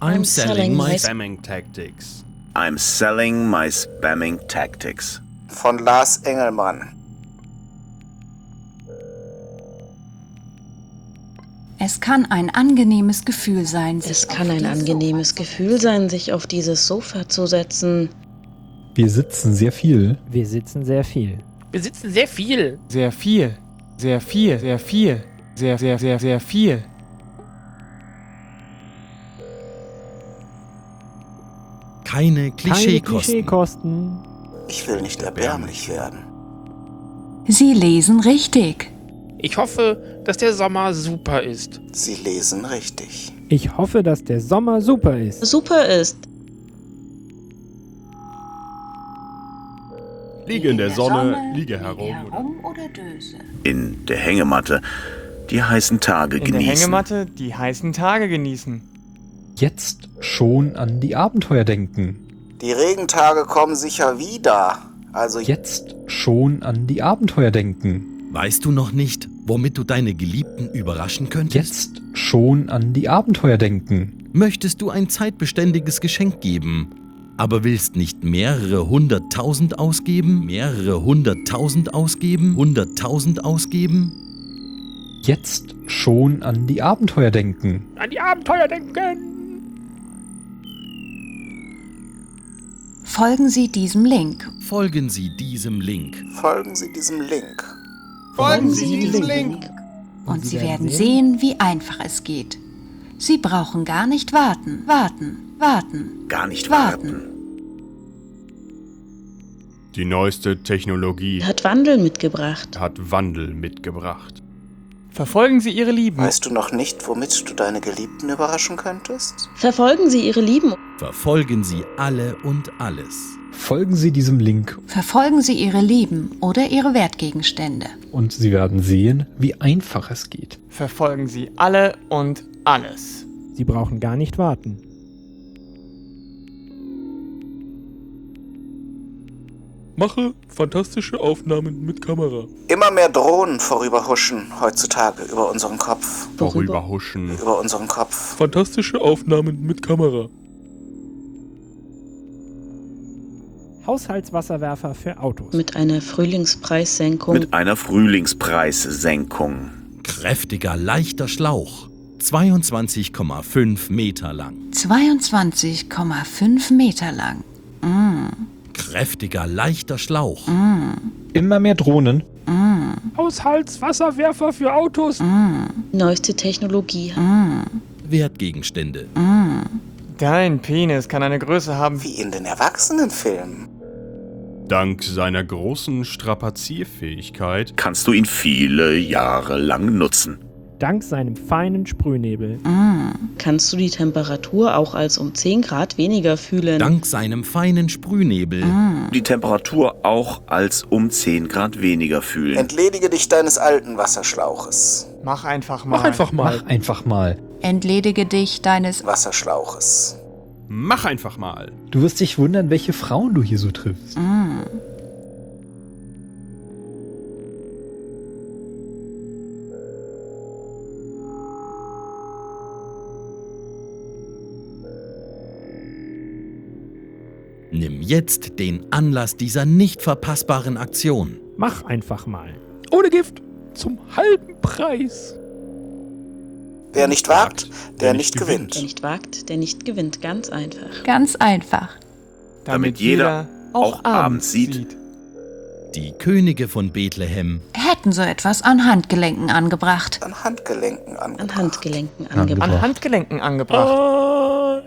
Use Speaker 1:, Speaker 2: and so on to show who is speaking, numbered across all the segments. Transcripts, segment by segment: Speaker 1: I'm selling my
Speaker 2: Spamming Tactics.
Speaker 3: I'm selling my spamming tactics.
Speaker 4: Von Lars Engelmann.
Speaker 5: Es kann ein angenehmes Gefühl sein. sich
Speaker 1: Es
Speaker 5: auf
Speaker 1: kann ein
Speaker 5: die
Speaker 1: angenehmes Gefühl sein, sich auf dieses Sofa zu setzen.
Speaker 6: Wir sitzen sehr viel.
Speaker 7: Wir sitzen sehr viel.
Speaker 8: Wir sitzen sehr viel.
Speaker 9: Sehr viel. Sehr viel. Sehr viel. Sehr, sehr, sehr, sehr viel.
Speaker 2: Keine
Speaker 7: Keine
Speaker 2: Klischeekosten.
Speaker 7: Klischeekosten.
Speaker 4: Ich will nicht erbärmlich werden.
Speaker 5: Sie lesen richtig.
Speaker 8: Ich hoffe, dass der Sommer super ist.
Speaker 4: Sie lesen richtig.
Speaker 7: Ich hoffe, dass der Sommer super ist.
Speaker 1: Super ist.
Speaker 2: Liege in der Sonne, liege
Speaker 5: Liege
Speaker 2: herum.
Speaker 5: herum oder döse.
Speaker 3: In der Hängematte die heißen Tage
Speaker 9: In der
Speaker 3: genießen.
Speaker 9: Hängematte die heißen Tage genießen.
Speaker 6: Jetzt schon an die Abenteuer denken.
Speaker 4: Die Regentage kommen sicher wieder. Also
Speaker 6: Jetzt schon an die Abenteuer denken.
Speaker 2: Weißt du noch nicht, womit du deine Geliebten überraschen könntest?
Speaker 6: Jetzt schon an die Abenteuer denken.
Speaker 2: Möchtest du ein zeitbeständiges Geschenk geben, aber willst nicht mehrere hunderttausend ausgeben? Mehrere hunderttausend ausgeben? Hunderttausend ausgeben?
Speaker 6: Jetzt schon an die Abenteuer denken.
Speaker 8: An die Abenteuer denken.
Speaker 5: Folgen Sie diesem Link.
Speaker 2: Folgen Sie diesem Link.
Speaker 4: folgen Sie diesem Link.
Speaker 9: Folgen Sie
Speaker 7: diesem
Speaker 9: Link.
Speaker 5: Und Sie werden sehen, wie einfach es geht. Sie brauchen gar nicht warten, warten, warten.
Speaker 3: Gar nicht warten.
Speaker 5: Warten.
Speaker 10: Die neueste Technologie
Speaker 6: Hat Wandel mitgebracht.
Speaker 10: hat Wandel mitgebracht.
Speaker 9: Verfolgen Sie Ihre Lieben.
Speaker 4: Weißt du noch nicht, womit du deine Geliebten überraschen könntest?
Speaker 1: Verfolgen Sie Ihre Lieben.
Speaker 2: Verfolgen Sie alle und alles.
Speaker 6: Folgen Sie diesem Link
Speaker 5: Verfolgen Sie Ihre Lieben oder Ihre Wertgegenstände.
Speaker 6: und Sie werden sehen, wie einfach es geht.
Speaker 9: Verfolgen Sie alle und alles.
Speaker 7: Sie brauchen gar nicht warten.
Speaker 10: Mache fantastische Aufnahmen mit Kamera.
Speaker 4: Immer mehr Drohnen vorüberhuschen heutzutage über unseren Kopf.
Speaker 10: Vorüberhuschen.
Speaker 4: Über unseren Kopf.
Speaker 10: Fantastische Aufnahmen mit Kamera.
Speaker 7: Haushaltswasserwerfer für Autos.
Speaker 1: Mit einer Frühlingspreissenkung.
Speaker 3: Mit einer Frühlingspreissenkung.
Speaker 2: Kräftiger, leichter Schlauch. 22,5 Meter lang.
Speaker 5: 22,5 Meter lang.
Speaker 2: Kräftiger, leichter Schlauch.
Speaker 6: Immer mehr Drohnen.
Speaker 8: Haushaltswasserwerfer für Autos.
Speaker 1: Neueste Technologie.
Speaker 2: Wertgegenstände.
Speaker 9: Dein Penis kann eine Größe haben wie
Speaker 4: Wie in den Erwachsenenfilmen.
Speaker 10: Dank seiner großen Strapazierfähigkeit
Speaker 3: Kannst du ihn viele Jahre lang nutzen.
Speaker 7: Dank seinem feinen Sprühnebel.
Speaker 5: Mm.
Speaker 1: Kannst du die Temperatur auch als um 10 Grad weniger fühlen?
Speaker 2: Dank seinem feinen Sprühnebel.
Speaker 3: Die Temperatur auch als um 10 Grad weniger
Speaker 4: Hm.
Speaker 3: fühlen.
Speaker 4: Entledige dich deines alten Wasserschlauches.
Speaker 9: Mach einfach mal.
Speaker 8: Mach einfach mal.
Speaker 6: Mach einfach mal.
Speaker 5: Entledige dich deines
Speaker 4: Wasserschlauches.
Speaker 10: Mach einfach mal.
Speaker 6: Du wirst dich wundern, welche Frauen du hier so triffst.
Speaker 5: mm,
Speaker 2: Nimm jetzt den Anlass dieser nicht verpassbaren Aktion.
Speaker 7: Mach einfach mal.
Speaker 8: Ohne Gift. Zum halben Preis.
Speaker 4: Wer nicht wagt, der, Hm. nicht gewinnt.
Speaker 1: Wer nicht wagt, der nicht gewinnt. Ganz einfach.
Speaker 5: ganz einfach.
Speaker 3: Damit jeder auch abends sieht.
Speaker 2: Die Könige von Bethlehem
Speaker 5: Hätten so etwas an Handgelenken angebracht.
Speaker 4: An Handgelenken an.
Speaker 1: An Handgelenken
Speaker 6: Angebracht.
Speaker 1: angebracht.
Speaker 9: An Handgelenken angebracht.
Speaker 7: Oh.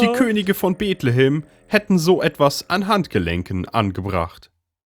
Speaker 10: Die Könige von Bethlehem hätten so etwas an Handgelenken angebracht.